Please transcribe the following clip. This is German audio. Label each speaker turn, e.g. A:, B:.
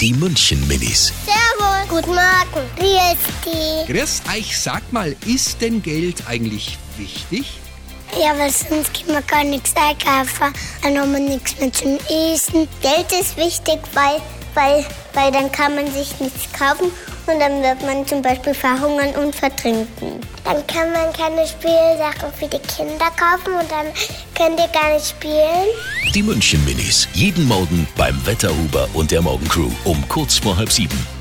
A: Die München Minis.
B: Servus. Guten Morgen. Wie ist die?
C: Chris, ich sag mal, ist denn Geld eigentlich wichtig?
B: Ja, weil sonst kann man gar nichts einkaufen. Dann haben wir nichts mehr zum Essen. Geld ist wichtig, weil, weil, weil dann kann man sich nichts kaufen und dann wird man zum Beispiel verhungern und vertrinken. Dann kann man keine Spielsachen für die Kinder kaufen und dann können die gar nicht spielen.
A: Die München Minis. Jeden Morgen beim Wetterhuber und der Morgencrew um kurz vor halb sieben.